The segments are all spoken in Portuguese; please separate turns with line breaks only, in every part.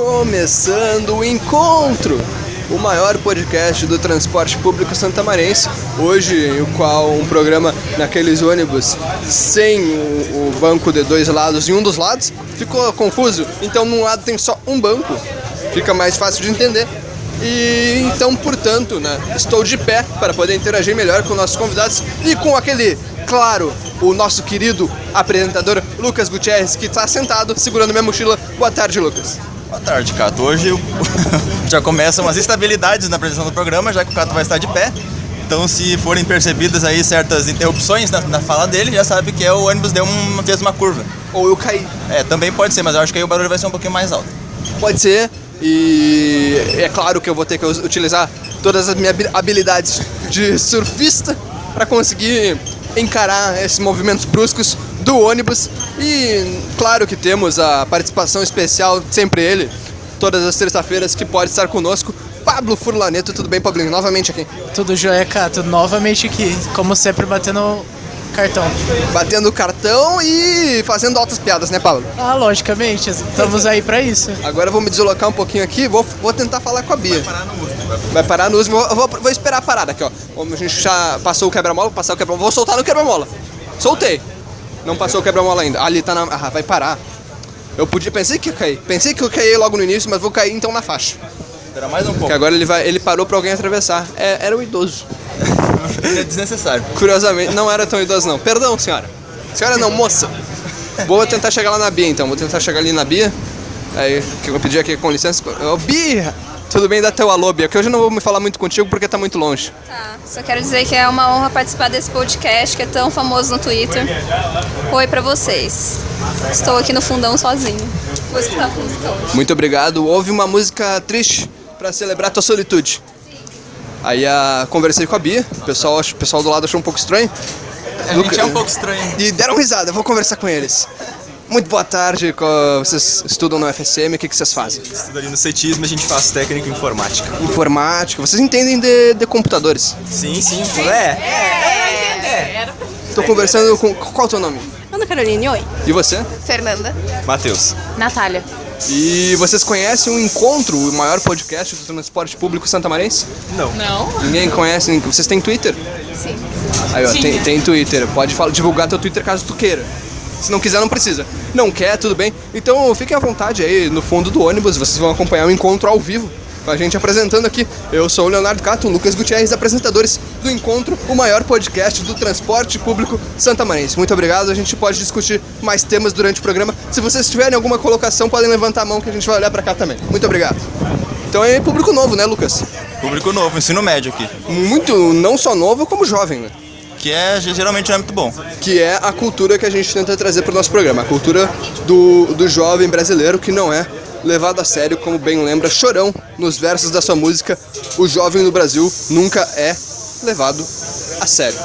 Começando o encontro, o maior podcast do transporte público santamarense. Hoje, o qual um programa naqueles ônibus sem o, o banco de dois lados e um dos lados. Ficou confuso? Então, num lado tem só um banco, fica mais fácil de entender. E então, portanto, né, estou de pé para poder interagir melhor com nossos convidados e com aquele, claro, o nosso querido apresentador Lucas Gutierrez, que está sentado segurando minha mochila. Boa tarde, Lucas.
Boa tarde, Cato. Hoje eu- já começam as estabilidades na apresentação do programa, já que o Cato vai estar de pé. Então, se forem percebidas aí certas interrupções na, na fala dele, já sabe que é o ônibus deu uma, fez uma curva.
Ou eu caí.
É, também pode ser, mas eu acho que aí o barulho vai ser um pouquinho mais alto.
Pode ser. E é claro que eu vou ter que us- utilizar todas as minhas habi- habilidades de surfista para conseguir encarar esses movimentos bruscos do ônibus. E claro que temos a participação especial, sempre ele, todas as terças-feiras, que pode estar conosco. Pablo Furlaneto, tudo bem, Pablinho? Novamente aqui.
Tudo jóia, Cato. Novamente aqui, como sempre, batendo cartão.
Batendo o cartão e fazendo altas piadas, né, Pablo?
Ah, logicamente, estamos aí pra isso.
Agora eu vou me deslocar um pouquinho aqui, vou, vou tentar falar com a Bia. Vai parar no último. Eu vou, vou esperar a parada aqui, ó. Como a gente já passou o quebra-mola, vou passar o quebra-mola. Vou soltar no quebra-mola. Soltei. Não passou o quebra-mola ainda. Ali tá na. Ah, vai parar. Eu podia. Pensei que ia cair. Pensei que eu caí logo no início, mas vou cair então na faixa.
Espera mais um
Porque
pouco.
agora ele vai. Ele parou pra alguém atravessar. É, era o idoso.
É desnecessário.
Curiosamente, não era tão idoso não. Perdão, senhora. Senhora não, moça. Vou tentar chegar lá na Bia então. Vou tentar chegar ali na Bia. Aí, que eu vou pedir aqui com licença. Ô, Bia! Tudo bem, dá teu alô, Bia, que hoje eu não vou me falar muito contigo porque tá muito longe.
Tá, só quero dizer que é uma honra participar desse podcast que é tão famoso no Twitter. Oi pra vocês. Estou aqui no fundão sozinho. Vou escutar a música hoje.
Muito obrigado. Houve uma música triste pra celebrar tua solitude. Aí a, conversei com a Bia, o pessoal, ach- o pessoal do lado achou um pouco estranho.
A gente é um pouco estranho.
E deram risada, eu vou conversar com eles. Muito boa tarde, co- vocês estudam no FSM, o que, que vocês fazem?
Estudo ali no cetismo, a gente faz técnica em informática.
Informática, vocês entendem de- de computadores?
Sim, sim. É.
Tô conversando com. Qual o teu nome?
Ana é Caroline, oi.
E você?
Fernanda.
Matheus.
Natália.
E vocês conhecem o Encontro, o maior podcast do transporte público santamarense?
Não.
Não?
Ninguém conhece, ninguém- vocês têm Twitter?
Sim.
Aí, ó, tem, tem Twitter. Pode falar, divulgar teu Twitter caso tu queira. Se não quiser, não precisa. Não quer, tudo bem. Então fiquem à vontade aí no fundo do ônibus, vocês vão acompanhar o encontro ao vivo. com A gente apresentando aqui. Eu sou o Leonardo Cato, Lucas Gutierrez, apresentadores do Encontro, o maior podcast do transporte público santamarense. Muito obrigado. A gente pode discutir mais temas durante o programa. Se vocês tiverem alguma colocação, podem levantar a mão que a gente vai olhar pra cá também. Muito obrigado. Então é público novo, né, Lucas?
Público novo, ensino médio aqui.
Muito, não só novo, como jovem, né?
Que é ge- geralmente não é muito bom.
que é a cultura que a gente tenta trazer para o nosso programa, a cultura do, do jovem brasileiro que não é levado a sério, como bem lembra Chorão nos versos da sua música, o jovem no Brasil nunca é levado a sério.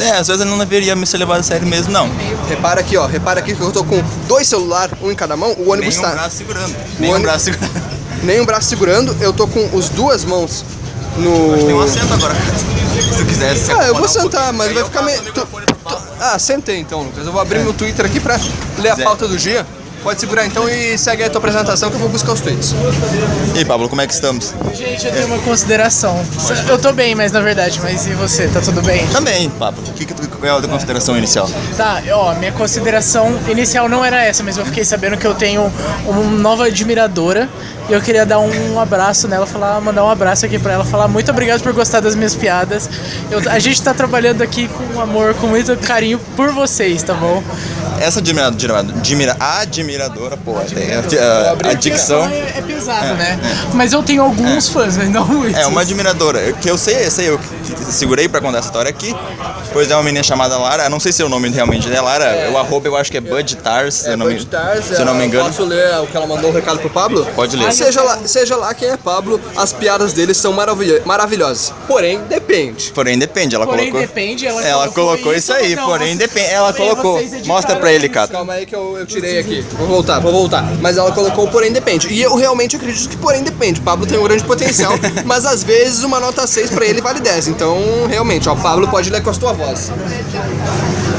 É, às vezes eu não deveria me ser levado a sério mesmo, não.
Repara aqui, ó, repara aqui que eu tô com dois celulares, um em cada mão, o
Nem
ônibus
um
tá
braço segurando. Nem um
ônibus-
braço segurando.
nem um braço segurando, eu tô com os duas mãos no
Tem um assento agora. Se tu quiser se
Ah, eu vou
acomodar um
sentar,
pouquinho,
mas
aí
vai
eu
ficar
passo
meio.
o
tu-
microfone pra falar.
tu- Ah, sentei então, Lucas. Eu vou abrir meu Twitter aqui pra ler a
Zé.
pauta do dia. Pode segurar então e segue a tua apresentação que eu vou buscar os tweets.
E aí, Pablo, como é que estamos?
Gente, eu tenho uma consideração. Eu tô bem, mas na verdade, mas e você? Tá tudo bem?
Também, Pablo. O que, que tu- qual é a tua consideração inicial?
Tá, ó, minha consideração inicial não era essa, mas eu fiquei sabendo que eu tenho uma nova admiradora e eu queria dar um abraço nela, falar, mandar um abraço aqui pra ela, falar muito obrigado por gostar das minhas piadas. Eu- a gente tá trabalhando aqui com amor, com muito carinho por vocês, tá bom?
Essa admirado, admirado, admira, admiradora, pô, tem a, a, a dicção.
É, é pesado, né? Mas eu tenho alguns fãs, mas não muitos.
É uma admiradora, eu- que eu sei, eu sei, eu que- que segurei pra contar essa história aqui, pois é uma menina chamada Lara, eu não sei se é o nome realmente é Lara, o arroba eu acho que é Bud é Tars, se, eu não, me- se eu não me engano.
Posso ler o que ela mandou o recado pro Pablo? Ah,
Pode ler.
Seja lá, seja lá quem é Pablo, as piadas dele são maravilha- maravilhosas. Porém, depende.
Porém depende, ela
Porém,
colocou.
depende, ela colocou
colocou isso
isso,
aí,
então
porém
vocês-
depende, ela
porém
colocou.
vocês editaram
Mostra pra ele,
isso.
Cato.
Calma aí que eu, eu tirei aqui. Vou voltar, vou voltar. Mas ela colocou o porém depende. E eu realmente acredito que porém depende. Pablo tem um grande potencial, mas às vezes uma nota 6 pra ele vale 10. Então, realmente, ó, Pablo pode ler com a sua voz.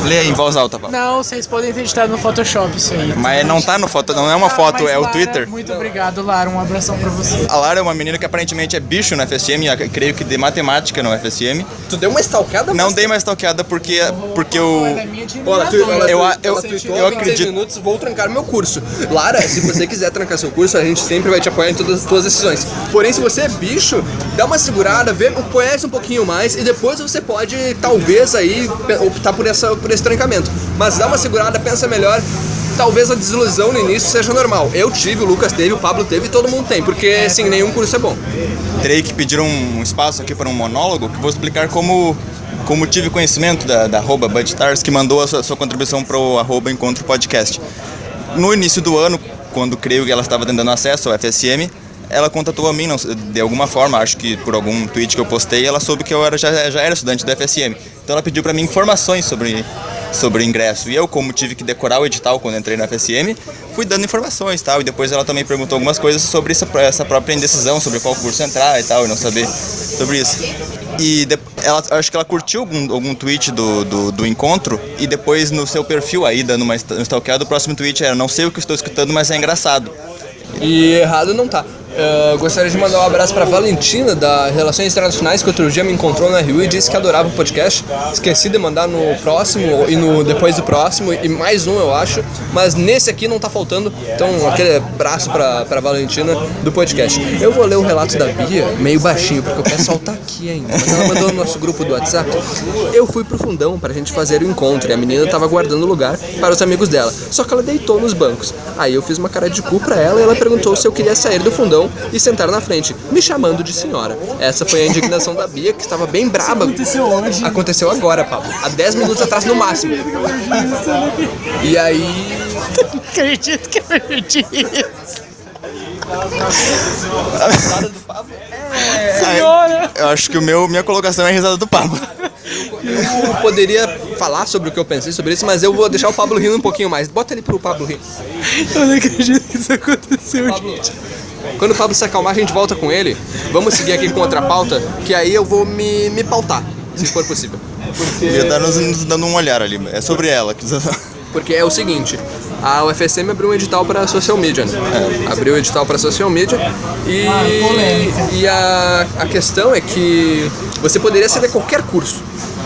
Lê em voz alta, Paulo.
Não, vocês podem ter editado no Photoshop isso aí.
Mas não tá no foto, não é uma
Cara,
foto,
mas
é o
Lara,
Twitter.
Muito obrigado, Lara. Um abração pra você.
A Lara é uma menina que aparentemente é bicho na FSM, eu creio que de matemática no FSM.
Tu deu uma stalkada?
Não
mas-
dei mais stalkeada porque, porque eu.
Ela é minha
Olha, Tá tu, ela,
admiradora.
Eu
eu,
a-
eu,
eu-
tweetou,
eu
26
acredito-
minutos, vou trancar meu curso. Lara, se você quiser trancar seu curso, a gente sempre vai te apoiar em todas as tuas decisões. Porém, se você é bicho, dá uma segurada, vê, conhece um pouquinho mais e depois você pode, talvez, aí pe- optar por, essa, por esse trancamento. Mas dá uma segurada, pensa melhor. Talvez a desilusão no início seja normal. Eu tive, o Lucas teve, o Pablo teve, todo mundo tem, porque assim, nenhum curso é bom.
Terei que pedir um espaço aqui para um monólogo que vou explicar como, como tive conhecimento da, da arroba Budtars, que mandou a sua, sua contribuição para o arroba Encontro Podcast. No início do ano, quando creio que ela estava tentando acesso ao FSM, ela contatou a mim, não sei, de alguma forma, acho que por algum tweet que eu postei, ela soube que eu era, já, já era estudante da FSM. Então ela pediu para mim informações sobre, sobre o ingresso. E eu, como tive que decorar o edital quando entrei na FSM, fui dando informações e tal. E depois ela também perguntou algumas coisas sobre essa, essa própria indecisão, sobre qual curso entrar e tal, e não saber sobre isso. E de- ela, acho que ela curtiu algum, algum tweet do, do, do encontro e depois no seu perfil aí, dando uma esta- stalkeada, o próximo tweet era não sei o que estou escutando, mas é engraçado.
E errado não tá. Ah, gostaria de mandar um abraço pra Valentina da Relações Internacionais que outro dia me encontrou na Rio e disse que adorava o podcast. Esqueci de mandar no próximo e no depois do próximo e mais um eu acho, mas nesse aqui não tá faltando. Então aquele abraço pra, pra Valentina do podcast. Eu vou ler o relato da Bia meio baixinho porque o pessoal tá aqui ainda. Mas ela mandou no nosso grupo do WhatsApp. Eu fui pro fundão pra gente fazer o encontro e a menina tava guardando lugar para os amigos dela. Só que ela deitou nos bancos. Aí eu fiz uma cara de cu pra ela e ela perguntou se eu queria sair do fundão e sentar na frente, me chamando de senhora. Essa foi a indignação da Bia, que estava bem braba. aconteceu hoje. Aconteceu agora, Pablo. Há 10 minutos atrás no máximo. E aí.
Acredito que eu perdi isso. Senhora!
É, Eu acho que o meu, minha colocação é a risada do Pablo.
Eu poderia falar sobre o que eu pensei sobre isso, mas eu vou deixar o Pablo rindo um pouquinho mais. Bota ele pro Pablo rir.
Eu não acredito que isso aconteceu,
Pablo, Quando o Pablo se acalmar, a gente volta com ele. Vamos seguir aqui com outra pauta, que aí eu vou me, me pautar, se for possível.
Devia estar nos, nos dando um olhar ali. É sobre ela. que-
Porque é o seguinte, a UFSM abriu um edital para social media, né?
É.
Abriu um edital para social media e,
Ah,
e a, a questão é que você poderia aceder a qualquer curso.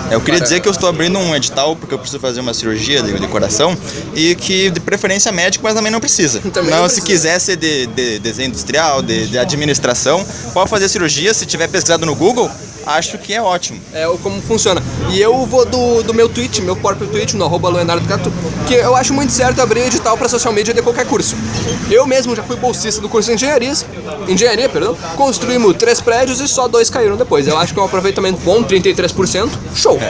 Eu queria dizer que eu estou abrindo um edital porque eu preciso fazer uma cirurgia de, de coração e que de preferência médico, mas também não precisa.
Também
não,
não
se
precisa.
quiser ser de, de desenho industrial, de, de administração, pode fazer cirurgia. Se tiver pesquisado no Google, acho que é ótimo.
É o como funciona. E eu vou do, do meu tweet, meu próprio tweet, no arroba Leonardo Catu, que eu acho muito certo abrir edital para social media de qualquer curso. Eu mesmo já fui bolsista do curso de engenharia, engenharia, perdão, construímos três prédios e só dois caíram depois. Eu acho que é um aproveitamento bom, 33%, show.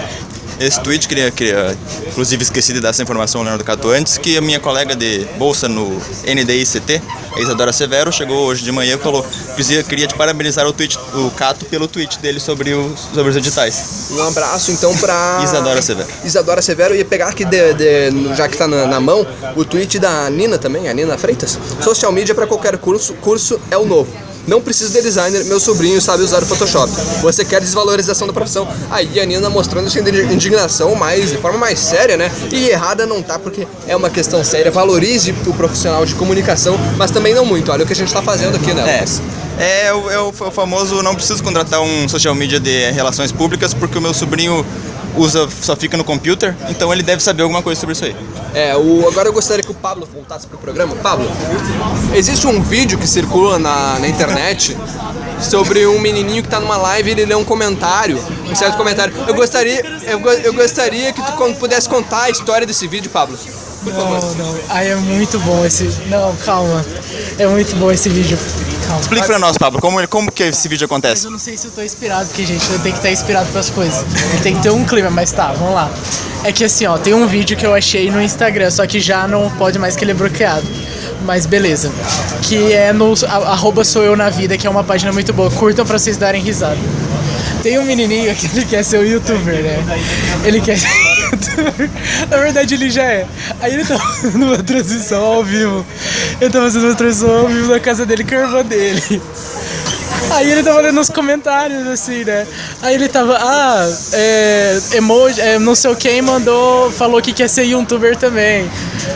Esse tweet, queria, queria, inclusive esqueci de dar essa informação ao Leonardo Cato antes, que a minha colega de bolsa no NDICT, a Isadora Severo, chegou hoje de manhã e falou, dizia, queria te parabenizar o, tweet, o Cato pelo tweet dele sobre, o, sobre os editais.
Um abraço então pra.
Isadora Severo.
Isadora Severo. Eu ia pegar aqui, de- de- no- já que tá na, na mão, o tweet da Nina também, a Nina Freitas. Social media pra qualquer curso, curso é o novo. Não preciso de designer, meu sobrinho sabe usar o Photoshop. Você quer desvalorização da profissão. Aí a Nina mostrando sua indi- indignação mais, de forma mais séria, né? E errada não tá, porque é uma questão séria. Valorize o profissional de comunicação, mas também não muito. Olha o que a gente tá fazendo aqui, né?
É,
Lucas?
é, o, é o f- o famoso não preciso contratar um social media de relações públicas porque o meu sobrinho usa só fica no computer, então ele deve saber alguma coisa sobre isso aí.
É, o, agora eu gostaria que o Pablo voltasse pro programa. Pablo, existe um vídeo que circula na, na internet sobre um menininho que tá numa live e ele lê um comentário, um certo comentário. Eu gostaria, eu, go- eu gostaria que tu con- pudesse contar a história desse vídeo, Pablo. Por favor.
Não, não. Ai, é muito bom esse. Não, calma. É muito bom esse vídeo. Calma.
Explique pra nós, Pablo, como, ele- como que esse vídeo
Mas
acontece?
eu não sei se eu tô inspirado, porque, gente, eu tenho que estar inspirado pras coisas. Tem que ter um clima, mas tá, vamos lá. É que assim, ó, tem um vídeo que eu achei no Instagram, só que já não pode mais que ele é bloqueado. Mas beleza. Que é no a- arroba sou eu na vida, que é uma página muito boa. Curtam pra vocês darem risada. Tem um menininho que ele quer ser um youtuber, né? Ele quer ser um youtuber. Na verdade, ele já é. Aí ele tá fazendo uma transição ao vivo. Ele tá fazendo uma transição ao vivo na casa dele com a irmã dele. Aí ele tava lendo nos comentários, assim, né? Aí ele tava, ah, é, emoji, é, não sei o quem mandou, falou que quer ser youtuber também.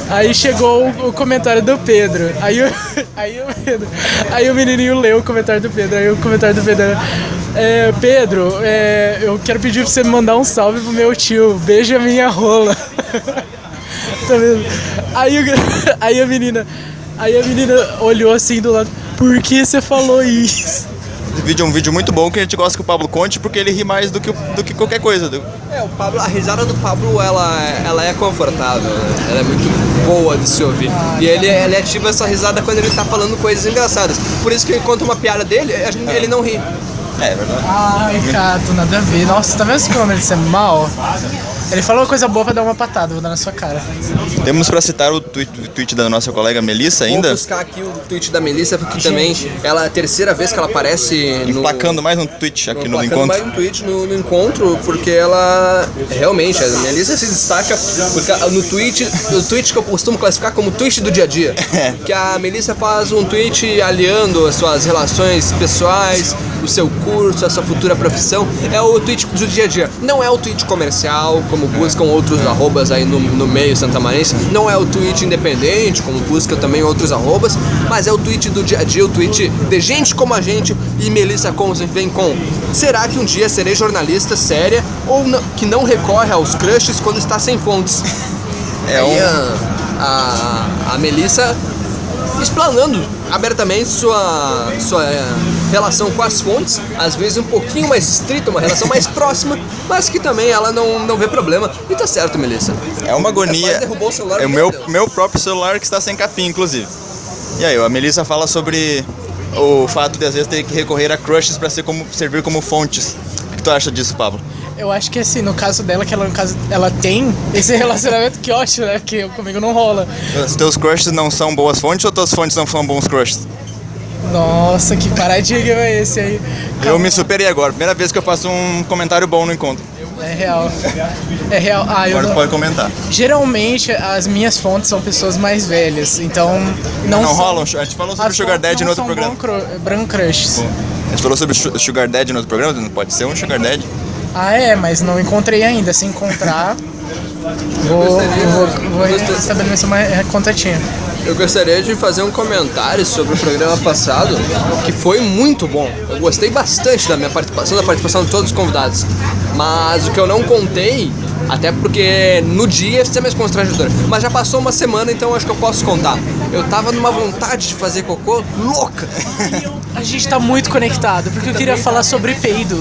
Aí chegou o, o comentário do Pedro. Aí, o- aí, o Pedro- aí o menininho leu o comentário do Pedro. Aí o comentário do Pedro era, é, Pedro, é, eu quero pedir pra você mandar um salve pro meu tio. Beija minha rola. Tá vendo? Aí, o- aí a menina. Aí a menina olhou assim do lado. Por que você falou isso?
Esse vídeo é um vídeo muito bom que a gente gosta que o Pablo conte porque ele ri mais do que, o- do que qualquer coisa. do-
É, o Pablo, a risada do Pablo ela, é- ela é confortável, né? ela é muito boa de se ouvir. E ele, ele ativa essa risada quando ele tá falando coisas engraçadas. Por isso que ele conta uma piada dele, a gente- ele não ri.
É, é verdade.
Ai, Cato, nada a ver. Nossa, tá vendo esse comentário de ser mal? Ele falou uma coisa boa pra dar uma patada, vou dar na sua cara.
Temos pra citar o tweet, o tweet da nossa colega Melissa ainda,
Vou buscar aqui o tweet da Melissa, porque também ela é a terceira vez que ela aparece no.
emplacando mais um tweet aqui no
Placando
encontro.
mais um tweet no, no encontro, porque ela realmente, a Melissa se destaca porque a- no tweet, o tweet que eu costumo classificar como tweet do dia a dia.
É.
Que a Melissa faz um tweet aliando as suas relações pessoais, o seu curso, a sua futura profissão. É o tweet do dia a dia. Não é o tweet comercial, como buscam outros arrobas aí no, no meio santamarense. Não é o tweet independente, como busca também outros arrobas. Mas é o tweet do dia a dia, o tweet de gente como a gente. E Melissa Conze vem com: será que um dia serei jornalista séria ou não- que não recorre aos crushes quando está sem fontes?
É
Aí
um,
a, a, a Melissa explanando abertamente sua, sua eh, relação com as fontes, às vezes um pouquinho mais estrita, uma relação mais próxima, mas que também ela não, não vê problema. E tá certo, Melissa.
é uma
Quase
agonia.
derrubou o celular,
É o
meu
meu,
Deus.
meu próprio celular que está sem capim, inclusive. E aí, a Melissa fala sobre o fato de às vezes ter que recorrer a crushes pra ser como, servir como fontes. O que tu acha disso, Pablo?
Eu acho que assim, no caso dela, que ela, no caso, ela tem esse relacionamento que ótimo, né? Porque comigo não rola.
Os teus crushes não são boas fontes ou tuas fontes não são bons crushes?
Nossa, que paradigma é esse aí?
Eu me superei agora. Primeira vez que eu faço um comentário bom no encontro.
É real. É real. Ah, eu
Agora tu
não-
pode comentar.
Geralmente as minhas fontes são pessoas mais velhas, então não,
Não
são-
rolam. A gente falou sobre
as
Sugar
fontes
Daddy
não
no outro
são
programa.
bom cru- Bran Crushes.
A gente falou sobre su- Sugar Daddy no outro programa, não pode ser um Sugar Daddy.
Ah, é, mas não encontrei ainda. Se encontrar, vou, vou, vou
gostaria-
estabelecer uma eh, contatinha.
Eu gostaria de fazer um comentário sobre o programa passado, que foi muito bom. Eu gostei bastante da minha participação, da participação de todos os convidados. Mas o que eu não contei, até porque no dia isso é mais constrangedor. Mas já passou uma semana, então acho que eu posso contar. Eu tava numa vontade de fazer cocô louca.
A gente tá muito conectado, porque eu queria falar sobre peido.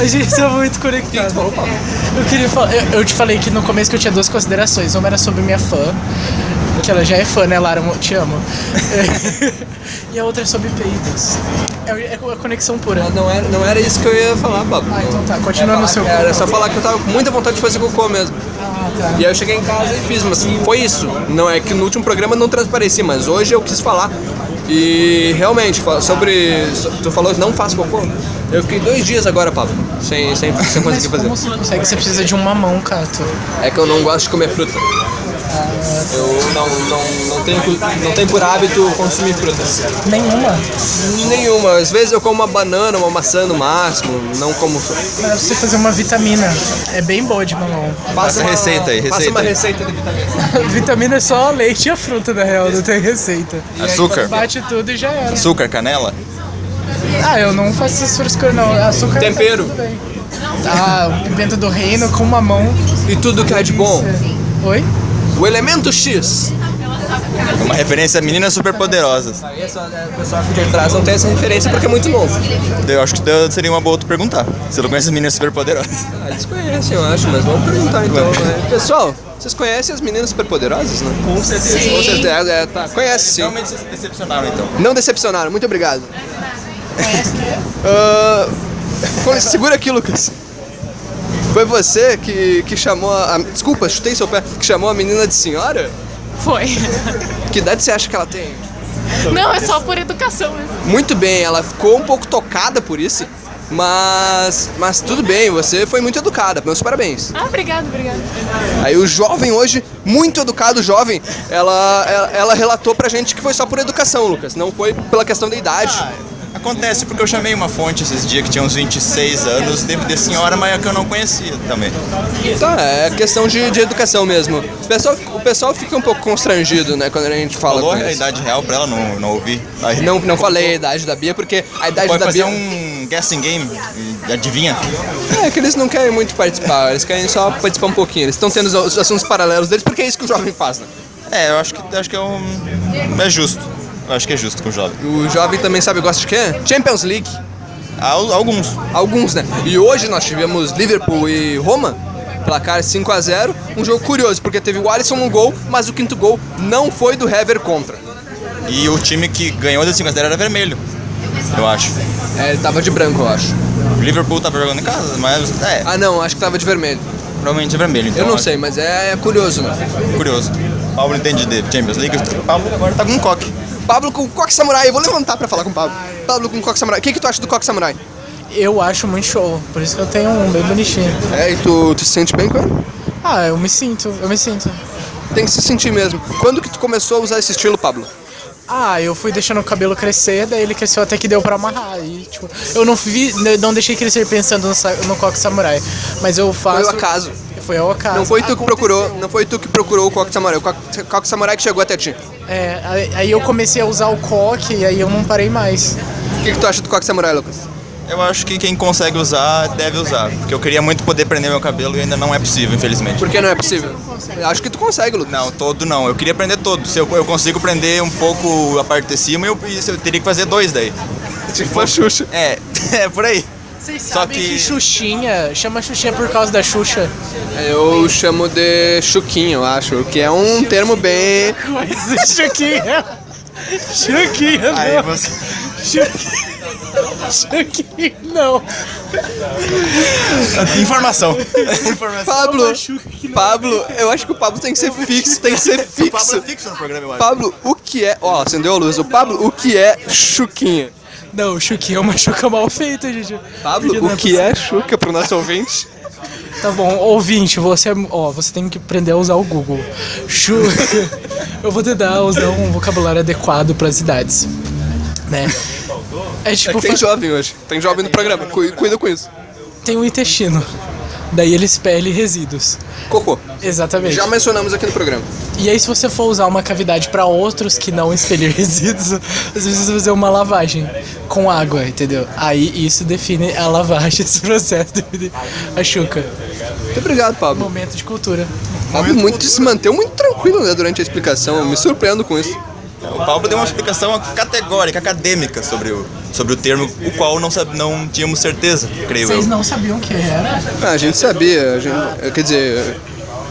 A gente tá muito conectado. Eu queria falar. Eu, eu te falei que no começo que eu tinha duas considerações. Uma era sobre minha fã, que ela já é fã, né, Lara? Eu Te amo. e a outra é sobre peidos. É, é a conexão pura.
Mas Não era, não era isso que eu ia falar, Pablo.
Ah, então tá, continua no seu.
Era só falar que eu tava com muita vontade de fazer cocô mesmo.
Ah, tá.
E aí eu cheguei em casa e fiz, mas foi isso. Não é que no último programa não transpareci, mas hoje eu quis falar. E realmente, fa- sobre. so- Tu falou que não faz cocô? Eu fiquei dois dias agora, Pablo, sem, sem, sem
Mas
conseguir fazer.
como você consegue? Você precisa de uma mão, Cato.
É que eu não gosto de comer fruta. Eu não, não, não, tenho, cu- não tenho por hábito consumir frutas.
Nenhuma.
Nenhuma. Às vezes eu como uma banana, uma maçã no máximo, não como fruta.
Mas dá pra você fazer uma vitamina. É bem boa de mamão.
Passa a
uma-
receita aí,
Passa uma receita
receita
de vitamina.
vitamina é só leite e a fruta, na real, não tem receita.
Açúcar.
Bate tudo e já era.
Açúcar, canela.
Ah, eu não faço essas frescuras, não. Açúcar. tá
Tempero.
tudo bem. Ah, pimenta do reino com mamão.
E tudo que é de bom.
Oi?
O elemento X.
É Uma referência a meninas superpoderosas.
Aí essa- O pessoal aqui de trás não tem essa referência porque é muito novo.
Eu acho que seria uma boa tu perguntar. Você não conhece meninas superpoderosas?
Ah, eles conhecem, eu acho, mas vamos perguntar então. né? Pessoal, vocês conhecem as meninas superpoderosas, né? Com certeza. Com certeza, é, tá. Conhece sim.
Realmente vocês se decepcionaram então.
Não decepcionaram, muito obrigado. Ah, com- segura aqui, Lucas. Foi você que, que chamou a. Desculpa, chutei seu pé. Que chamou a menina de senhora?
Foi.
Que idade você acha que ela tem?
Não, é só por educação mesmo.
Muito bem, ela ficou um pouco tocada por isso, mas. Mas tudo bem, você foi muito educada. Meus parabéns.
Ah, obrigado, obrigado.
Aí o jovem hoje, muito educado jovem, ela, ela, ela relatou pra gente que foi só por educação, Lucas, não foi pela questão da idade.
Acontece porque eu chamei uma fonte esses dias que tinha uns 26 anos, de, de senhora, mas que eu não conhecia também.
Tá, é questão de, de educação mesmo. O pessoal, o pessoal fica um pouco constrangido, né, quando a gente fala
Falou
com
a
isso.
idade real pra ela, não, não ouvi. Aí
Não, não falei a idade da Bia, porque a idade
Pode
da
fazer
Bia...
um guessing game, adivinha?
É que eles não querem muito participar, eles querem só participar um pouquinho. Eles estão tendo os- os assuntos paralelos deles, porque é isso que o jovem faz, né?
É, eu acho que, acho que é um... É justo. Eu acho que é justo com o jovem.
E o jovem também sabe, gosta de quê? Champions League.
Há al- alguns.
Alguns, né? E hoje nós tivemos Liverpool e Roma, placar 5 a 0 Um jogo curioso, porque teve o Alisson no gol, mas o quinto gol não foi do Hever contra.
E o time que ganhou de 5 a 0 era vermelho, eu acho.
É, ele tava de branco, eu acho.
O Liverpool tava jogando em casa, mas é,
Ah, não, acho que tava de vermelho.
provavelmente é vermelho. Então
Eu não
acho
sei, mas é, é curioso, né?
Curioso. Paulo entende de Champions League. O Paulo agora tá com um coque.
Pablo com coque samurai, eu vou levantar pra falar com o Pablo. Pablo com coque samurai. O que, que tu acha do coque samurai?
Eu acho muito show, por isso que eu tenho um bem bonitinho.
É, e tu, tu se sente bem com ele?
Ah, eu me sinto, eu me sinto.
Tem que se sentir mesmo. Quando que tu começou a usar esse estilo, Pablo?
Ah, eu fui deixando o cabelo crescer, daí ele cresceu até que deu pra amarrar. E, tipo, eu não vi, não deixei crescer pensando no, sa- no coque samurai. Mas eu faço.
Foi o acaso.
Foi ao acaso.
Não foi tu que
Aconteceu.
procurou, não foi tu que procurou o coque samurai, o coque, coque samurai que chegou até ti.
É, aí- aí eu comecei a usar o coque e aí eu não parei mais.
O que, que tu acha do coque samurai, Lucas?
Eu acho que quem consegue usar, deve usar. Porque eu queria muito poder prender meu cabelo e ainda não é possível, infelizmente.
Porque não é possível. Acho que tu consegue, Lucas.
Não, todo não. Eu queria prender todo. Se eu, eu consigo prender um pouco a parte de cima, eu, isso eu teria que fazer dois daí.
Tipo a Xuxa.
É, é por aí.
Vocês
Só
sabem que...
que-
Xuxinha, chama Xuxinha por causa da Xuxa.
Eu chamo de chuquinho, eu acho, que é um termo bem...
Xuxinha. Xuxinha,
Ah.
Aí
não.
você...
Xuxinha, não.
É Informação. Informação.
Pablo,
Xuxa que não-
Pablo, eu acho que o Pablo tem que ser fixo, tem que ser
O Pablo é
fixo.
fixo no programa, eu acho.
Pablo, o que é... Ó, acendeu a luz. O Pablo, o que é chuquinha?
Não, Xuxinha é uma Xuca mal feita, gente. Porque
Pablo,
não
o que é chuca pro nosso ouvinte?
Tá bom, ouvinte, você, é ó, você tem que aprender a usar o Google. Chu... Eu vou tentar usar um vocabulário adequado pras idades. Né? É tipo,
Tem
fa-
jovem hoje. Tem jovem no programa. Cu- Cuida com isso.
tem o intestino. Daí ele expele resíduos.
Cocô.
Exatamente.
Já mencionamos aqui no programa.
E aí, se você for usar uma cavidade pra outros que não expelir resíduos, você precisa fazer uma lavagem com água, entendeu? Aí isso define a lavagem, esse processo define a chuca.
Muito obrigado, Pablo.
Momento de cultura.
Pablo muito se manteve muito tranquilo né, durante a explicação. Eu me surpreendo com isso.
O Pablo deu uma explicação categórica, acadêmica sobre o, sobre o termo, o qual não, sabe, não tínhamos certeza, creio
Vocês
eu.
não sabiam o que era?
Ah, a gente sabia. a gente- eh, quer dizer,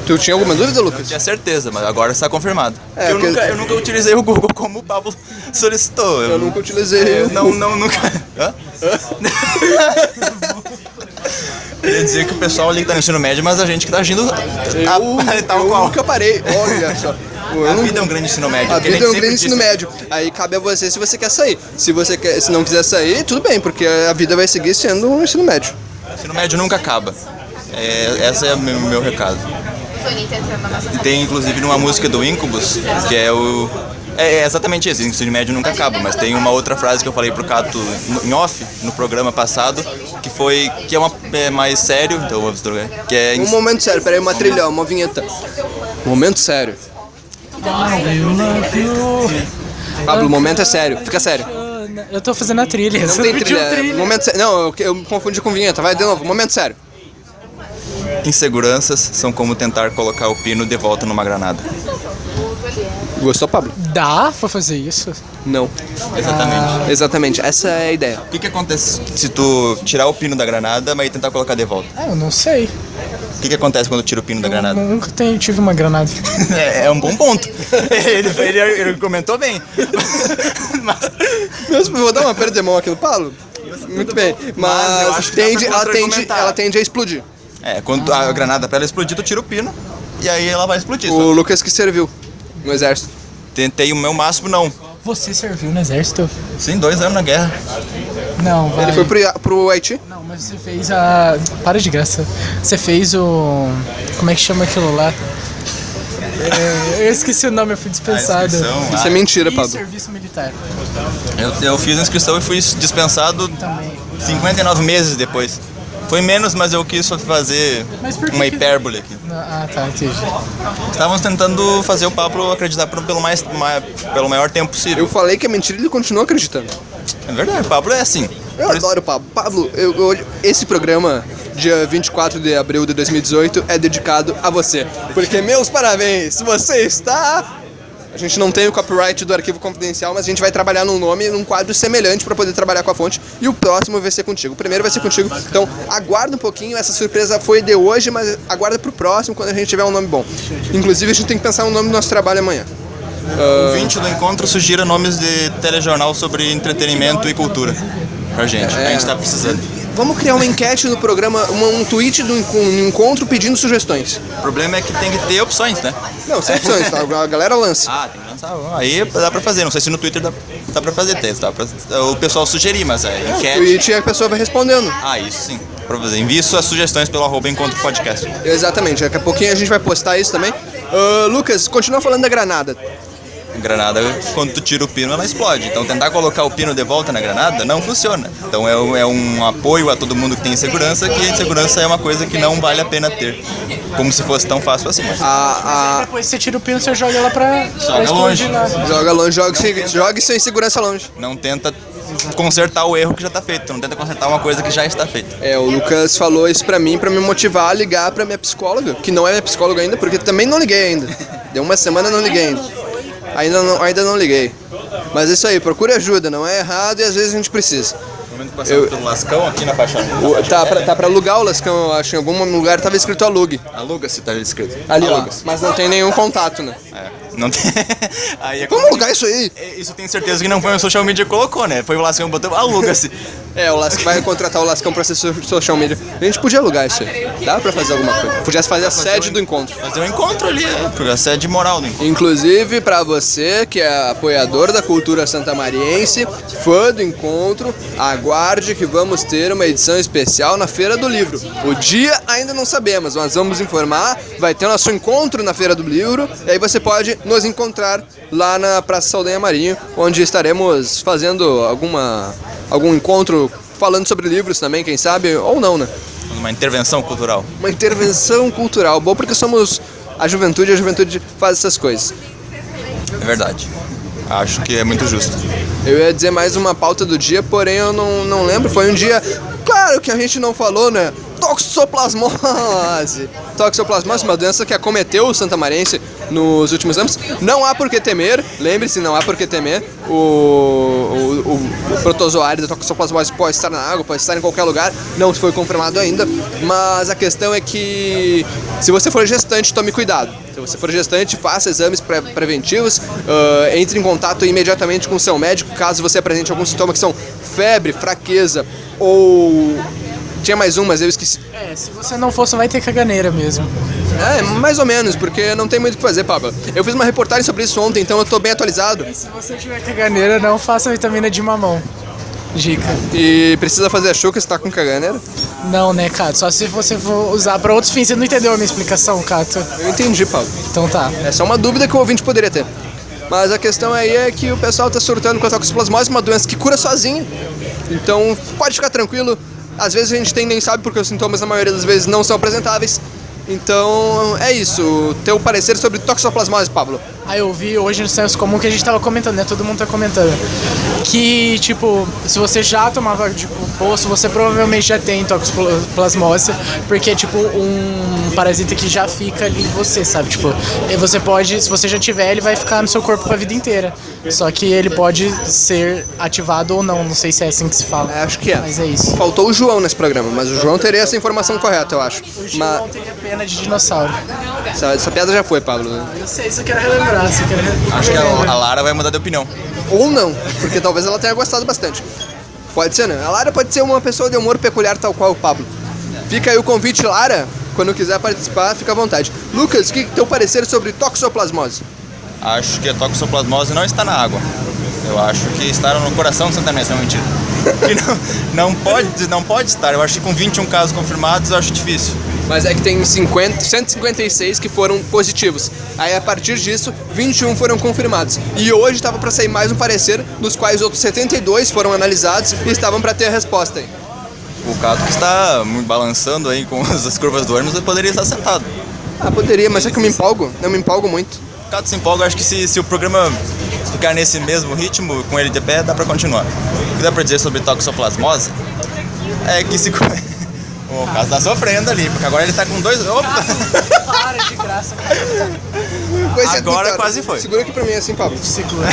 tu tinha alguma dúvida, Lucas?
Tinha certeza, mas agora está confirmado.
É,
eu,
porque-
nunca, eu nunca utilizei o Google como o Pablo solicitou.
Eu nunca utilizei.
Eu não, não, nunca. Hã? Queria dizer que o pessoal ali que tá no ensino médio, mas a gente que tá agindo.
Eu,
a, Ah, tal
eu
qual.
nunca parei. Olha só.
A
Eu não-
vida é um grande ensino médio.
A
que nem
vida é um
sempre
grande ensino
disse.
médio. Aí cabe a você se você quer sair. Se você quer, se não quiser sair, tudo bem, porque a vida vai seguir sendo um ensino médio.
Ensino médio nunca acaba. É, esse é o meu, meu recado. E tem inclusive numa música do Incubus, que é o. É é exatamente isso, ensino médio nunca acaba, mas tem uma outra frase que eu falei pro Cato no- em off, no programa passado, que foi. que é, uma, é mais sério, então eu vou drogar, que é.
Um momento sério, peraí, uma trilha, uma vinheta. Momento sério. Pablo, o momento é sério, fica sério.
Eu tô fazendo a trilha.
Não
você
tem
pediu
trilha. Momento sério. Não, eu, eu me confundi com vinheta, vai de novo, momento sério.
Inseguranças são como tentar colocar o pino de volta numa granada.
Gostou, Pablo?
Dá pra fazer isso?
Não.
Exatamente.
Exatamente, essa é a ideia.
O que, que acontece se tu tirar o pino da granada, mas tentar colocar de volta?
Ah, eu não sei.
O que, que acontece quando tira o pino da
Eu
granada?
nunca tenho, tive uma granada.
É, é um bom ponto. Ele, ele- ele comentou bem. Mas,
Meu, tipo, vou dar uma perda de mão aqui no Pablo. Muito bem,
Mas eu
mas,
acho que dá pra
tende, ela, tende,
contra-argumentar.
ela tende a explodir.
é, quando
Ah.
a granada pra ela explodir, tu tira o pino e aí ela vai explodir.
O
só.
Lucas que serviu no exército.
Tentei o meu máximo, não.
Você serviu no exército?
Sim, dois anos na guerra.
Não, vai.
Ele foi pro, Ia- pro Haiti?
Não, mas você fez a. Para de graça. Você fez o. Como é que chama aquilo lá? É, eu esqueci o nome, eu fui
A
dispensado.
inscrição,
Isso é
ah,
mentira,
E
Pablo.
serviço militar
eu, eu fiz a inscrição e fui dispensado
também.
59 meses depois. Foi menos, mas eu quis fazer
Mas por que
uma
que-
hipérbole aqui.
Ah, tá, entendi.
Estávamos tentando fazer o Pablo acreditar por- pelo, mais, ma- pelo maior tempo possível.
Eu falei que é mentira e ele continua acreditando.
É verdade, o Pablo é assim.
Eu
Por isso-
adoro o Pablo. Pablo, eu- eu- esse programa, dia 24 de abril de 2018, é dedicado a você. Porque, meus parabéns, você está. A gente não tem o copyright do arquivo confidencial, mas a gente vai trabalhar num nome, num quadro semelhante para poder trabalhar com a fonte. E o próximo vai ser contigo. O primeiro vai ser contigo. Então, aguarda um pouquinho. Essa surpresa foi de hoje, mas aguarda pro próximo quando a gente tiver um nome bom. Inclusive, a gente tem que pensar no nome do nosso trabalho amanhã.
Ah.
O 20 do encontro sugira nomes de telejornal sobre entretenimento e cultura pra gente.
É.
A gente tá precisando.
Vamos criar uma enquete no programa, uma- um tweet do enco- um encontro pedindo sugestões.
O problema é que tem que ter opções, né?
Não, sem opções, tá? a galera lança.
Ah, tem que lançar. Aí dá pra fazer. Não sei se no Twitter dá, dá pra fazer texto. Dá pra, o pessoal sugerir, mas é enquete.
E a pessoa vai respondendo.
Ah, isso sim. Pra fazer. Envie suas sugestões pelo arroba encontro podcast.
Exatamente, daqui a pouquinho a gente vai postar isso também. Ah, Lucas, continua falando da granada.
Granada, quando tu tira o pino, ela explode. Então tentar colocar o pino de volta na granada não funciona. Então é, um- é um apoio a todo mundo que tem insegurança, que a insegurança é uma coisa que não vale a pena ter. Como se fosse tão fácil assim. Mas...
A,
Depois você tira o pino, você joga ela pra, pra
Joga longe.
explodir lá.
a- joga longe, joga, sem, joga sem segurança longe.
Não tenta consertar o erro que já tá feito. Não tenta consertar uma coisa que já está feita.
É, o Lucas falou isso pra mim pra me motivar a ligar pra minha psicóloga, que não é minha psicóloga ainda, porque também não liguei ainda. Deu uma semana não liguei ainda. Ainda não, ainda não liguei. Mas é isso aí, procure ajuda, não é errado e às vezes a gente precisa.
No momento que passamos
Eu-
pelo lascão aqui na faixa.
O- tá, pra, tá pra alugar o Lascão, eu acho. Em algum lugar tava escrito alugue.
Aluga-se, tá escrito.
Ali lá.
Aluga-se.
Mas não tem nenhum contato, né?
É, não tem... Aí é
Como
complicado.
alugar isso aí?
É, Isso eu tenho certeza que não foi o social media que colocou, né? Foi o lascão que botou aluga-se.
É, o Lascão vai contratar o Lascão pra ser so- social media. A gente podia alugar isso aí. Dá pra fazer alguma coisa. Podia fazer a sede do encontro.
Fazer um encontro ali, é, porque essa é de moral do encontro.
Inclusive, pra você que é apoiador da cultura santamariense, fã do encontro, aguarde que vamos ter uma edição especial na Feira do Livro. O dia ainda não sabemos, mas vamos informar. Vai ter nosso encontro na Feira do Livro, e aí você pode nos encontrar lá na Praça Saldanha Marinho, onde estaremos fazendo alguma, algum encontro falando sobre livros também, quem sabe, ou não, né?
Uma intervenção cultural.
Uma intervenção cultural. Bom, porque somos a juventude, a juventude faz essas coisas.
É verdade. Acho que é muito justo.
Eu ia dizer mais uma pauta do dia, porém eu não, não lembro. Foi um dia. Claro que a gente não falou, né? Toxoplasmose. Toxoplasmose é uma doença que acometeu o santamarense nos últimos anos. Não há por que temer, lembre-se, não há por que temer. O, o, o- o protozoário da toxoplasmose pode estar na água, pode estar em qualquer lugar. Não foi confirmado ainda. Mas a questão é que se você for gestante, tome cuidado. Se você for gestante, faça exames pre- preventivos, ah, entre em contato imediatamente com o seu médico caso você apresente algum sintoma que são febre, fraqueza ou. Tinha mais um, mas eu esqueci.
É, se você não for, só vai ter caganeira mesmo.
É, mais ou menos, porque não tem muito o que fazer, Pablo. Eu fiz uma reportagem sobre isso ontem, então eu tô bem atualizado.
E se você tiver caganeira, não faça vitamina de mamão. Dica.
E precisa fazer a chuca se tá com caganeira?
Não, né, Cato? Só se você for usar pra outros fins. Você não entendeu a minha explicação, Cato?
Eu entendi, Pablo.
Então tá.
Essa é uma dúvida que o ouvinte poderia ter. Mas a questão aí é que o pessoal tá surtando com a toxoplasmose, uma doença que cura sozinha. Então pode ficar tranquilo. Às vezes a gente tem nem sabe porque os sintomas na maioria das vezes não são apresentáveis. Então é isso. Teu parecer sobre toxoplasmose, Pablo.
Ah, eu vi hoje no senso comum que a gente tava comentando, né? Todo mundo tá comentando. Que, tipo, se você já tomava, tipo, poço, você provavelmente já tem toxoplasmose, porque é, tipo, um parasita que já fica ali em você, sabe? Tipo, e você pode, se você já tiver, ele vai ficar no seu corpo pra vida inteira. Só que ele pode ser ativado ou não, não sei se é assim que se fala.
É, acho que é.
Mas é isso.
Faltou o João nesse programa, mas o João teria essa informação correta, eu acho.
Mas...
Mas
Não teria pena de dinossauro.
essa, essa piada já foi, Pablo. né?
Eu sei, isso eu quero relembrar, isso eu quero relembrar.
é
Acho que a, a Lara vai mudar de opinião.
Ou não, porque talvez ela tenha gostado bastante. Pode ser, né? A Lara pode ser uma pessoa de humor peculiar, tal qual o Pablo. Fica aí o convite, Lara. Quando quiser participar, fica à vontade. Lucas, o que que teu parecer sobre toxoplasmose?
Acho que a toxoplasmose não está na água. Eu acho que estar no coração de Santa Inês, não é mentira. Que não, não, pode, não pode estar. Eu acho que com 21 casos confirmados, eu acho difícil.
Mas é que tem 50, 156 que foram positivos. Aí a partir disso, 21 foram confirmados. E hoje estava para sair mais um parecer, dos quais outros 72 foram analisados e estavam para ter a resposta. aí.
O Cato que está muito balançando aí com as as curvas do ônibus, ele poderia estar sentado.
Ah, poderia, mas é que eu me empolgo. Eu me empolgo muito.
O Cato se empolga, eu acho que se, se o programa ficar nesse mesmo ritmo, com ele de pé, dá pra continuar. O que dá pra dizer sobre toxoplasmose é que se... co- O Cato tá sofrendo ali, porque agora ele tá com dois... Opa!
Para de graça,
Coisa
Agora
muito- né?
quase foi.
Segura aqui pra mim assim, Pablo.
segura.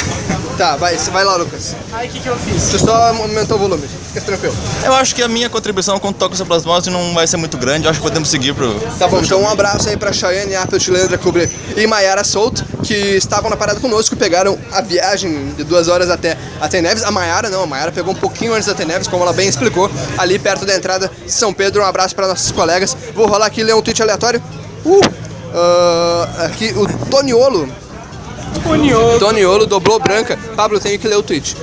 Tá, vai, vai lá, Lucas.
Aí o que, que eu fiz?
Tu só aumentou o volume, fica tranquilo.
Eu acho que a minha contribuição com toxoplasmose não vai ser muito grande, eu acho que podemos seguir pro...
Tá bom, então um abraço aí pra Cheyenne, Appelt, Leandra Kubre e Mayara Souto, que estavam na parada conosco, pegaram a viagem de duas horas até até Neves. A Mayara não, a Mayara pegou um pouquinho antes da Teneves, como ela bem explicou, ali perto da entrada de São Pedro. Um abraço pra nossos colegas. Vou rolar aqui e ler um tweet aleatório. Uh! Ah, aqui o Toniolo. Toniolo. dobrou branca. Pablo, tenho que ler o tweet.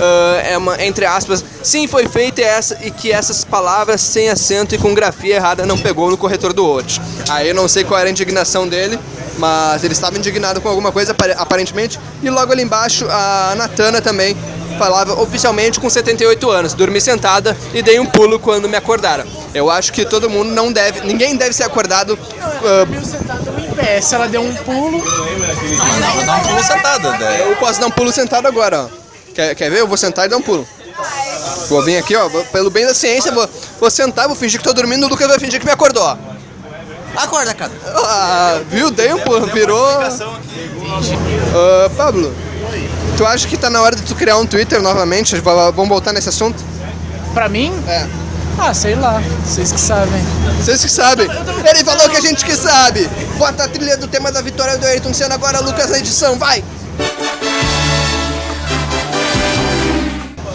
Ah, é uma, entre aspas, sim, foi feita essa e que essas palavras sem acento e com grafia errada não pegou no corretor do Word. Aí eu não sei qual era a indignação dele, mas ele estava indignado com alguma coisa, apare- aparentemente. E logo ali embaixo, a Natana também falava oficialmente com 78 anos. Dormi sentada e dei um pulo quando me acordaram. Eu acho que todo mundo não deve, ninguém deve ser acordado. ah,
Dormiu sentado em pé. Se ela deu um pulo,
Vou dar um pulo sentado, né?
Eu posso dar um pulo sentado agora, ó. Quer, quer ver? Eu vou sentar e dar um pulo. Vou vir aqui, ó. vou- pelo bem da ciência, vou, vou sentar, vou fingir que tô dormindo, o Lucas vai fingir que me acordou, ó.
Acorda, cara.
Ah, viu? Dei um pulo, virou. Ah, Pablo, tu acha que tá na hora de tu criar um Twitter novamente? V- Vamos voltar nesse assunto?
pra mim,
É.
ah, sei lá. Vocês que sabem.
Vocês que sabem. Ele falou que a gente que sabe. Bota a trilha do tema da vitória do Ayrton Senna agora, Lucas, na edição, vai!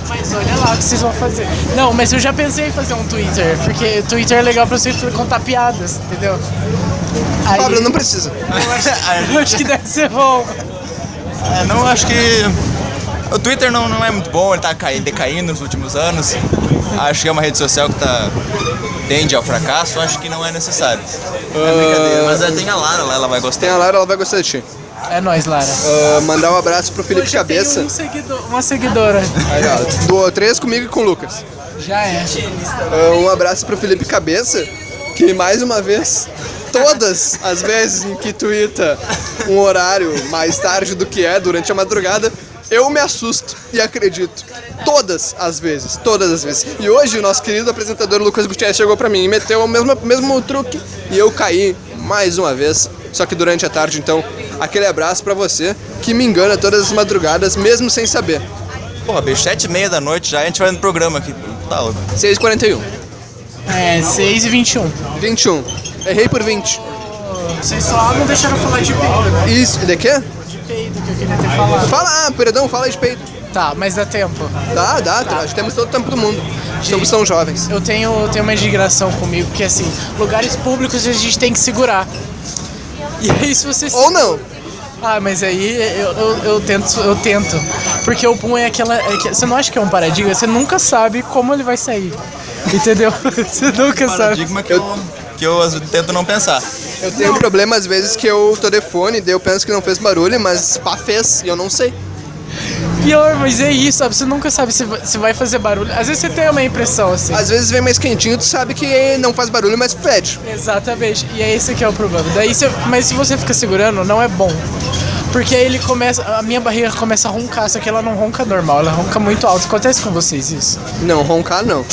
Mas olha lá o que vocês vão fazer. Não, mas eu já pensei em fazer um Twitter, porque Twitter é legal pra você contar piadas, entendeu? Aí,
Pablo, não precisa.
eu acho que deve ser bom.
É, não acho que. O Twitter não, não é muito bom, ele tá cai- decaindo nos últimos anos. Acho que é uma rede social que tá. tende ao fracasso, acho que não é necessário. É brincadeira, mas é, tem a Lara lá, ela vai
Tem
gostar.
a Lara, ela vai gostar de ti.
É nóis, Lara.
Ah, mandar um abraço pro Felipe
Hoje eu tenho
Cabeça.
um seguidor- uma seguidora.
Aí, ó, do três comigo e com o Lucas.
Já é.
Ah, Um abraço pro Felipe Cabeça, que mais uma vez, todas as vezes em que tuita um horário mais tarde do que é, durante a madrugada, eu me assusto e acredito. Todas as vezes, todas as vezes. E hoje o nosso querido apresentador Lucas Gutierrez chegou pra mim e meteu o mesmo, mesmo truque e eu caí mais uma vez. Só que durante a tarde, então, aquele abraço pra você que me engana todas as madrugadas, mesmo sem saber.
Porra, bicho, sete e meia da noite já, a gente vai no programa aqui. Tá, louco.
6h41.
É, 6 e 21.
21. Errei por 20.
Vocês só não deixaram falar de peido, né?
Isso, de quê?
De peido que eu queria ter falado.
Fala, ah, perdão, fala a respeito.
Tá, mas dá tempo.
Dá, dá, tá. nós temos todo o tempo do mundo. Somos são jovens.
Eu tenho, eu tenho uma indignação comigo, que assim, lugares públicos a gente tem que segurar. E aí se você...
Ou não.
Ah, mas aí eu, eu, eu tento, eu tento. Porque o Pum é aquela. é que- você não acha que é um paradigma? Você nunca sabe como ele vai sair. Entendeu? Você nunca sabe.
Paradigma que eu, que eu às vezes tento não pensar.
Eu tenho um problema às vezes que eu tô de fone, daí eu penso que não fez barulho, mas pá, fez, e eu não sei.
Pior, mas é isso, sabe? Você nunca sabe se, va- se vai fazer barulho. Às vezes você tem uma impressão assim.
Às vezes vem mais quentinho, tu sabe que não faz barulho, mas fede.
Exatamente. E é esse que é o problema. Daí você, mas se você fica segurando, não é bom. Porque aí ele começa. A minha barriga começa a roncar, só que ela não ronca normal, ela ronca muito alto. Acontece com vocês isso?
Não, roncar não.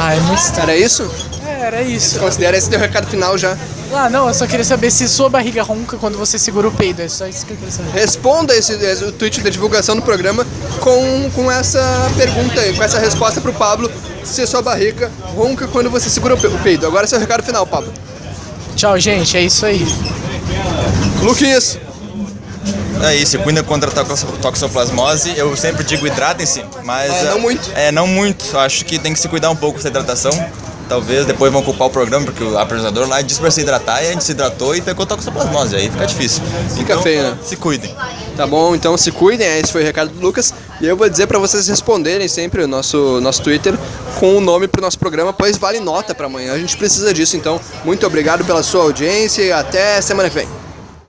Ah, é muito estranho.
Era isso?
É, era isso.
Considera esse teu recado final já.
Ah, não, eu só queria saber se sua barriga ronca quando você segura o peido. É só isso que eu queria saber.
Responda esse, esse- o tweet da divulgação do programa com, com essa pergunta aí, com essa resposta pro Pablo, se a sua barriga ronca quando você segura o pe- o peido. Agora é seu recado final, Pablo.
Tchau, gente. É isso aí.
Luquinhas,
É isso, se cuida contra a toxo- toxoplasmose. Eu sempre digo hidratem-se, mas.
É, não
ah,
muito.
É, não muito. Acho que tem que se cuidar um pouco da hidratação. Talvez depois vão culpar o programa, porque o apresentador lá disse pra se hidratar e a gente se hidratou e pegou toxoplasmose. Aí fica difícil. Então,
Fica feio, né?
Se cuidem.
Tá bom, então se cuidem, esse foi o recado do Lucas. E eu vou dizer pra vocês responderem sempre o nosso, nosso Twitter com o nome pro nosso programa, pois vale nota pra amanhã. A gente precisa disso, então. Muito obrigado pela sua audiência e até semana que vem.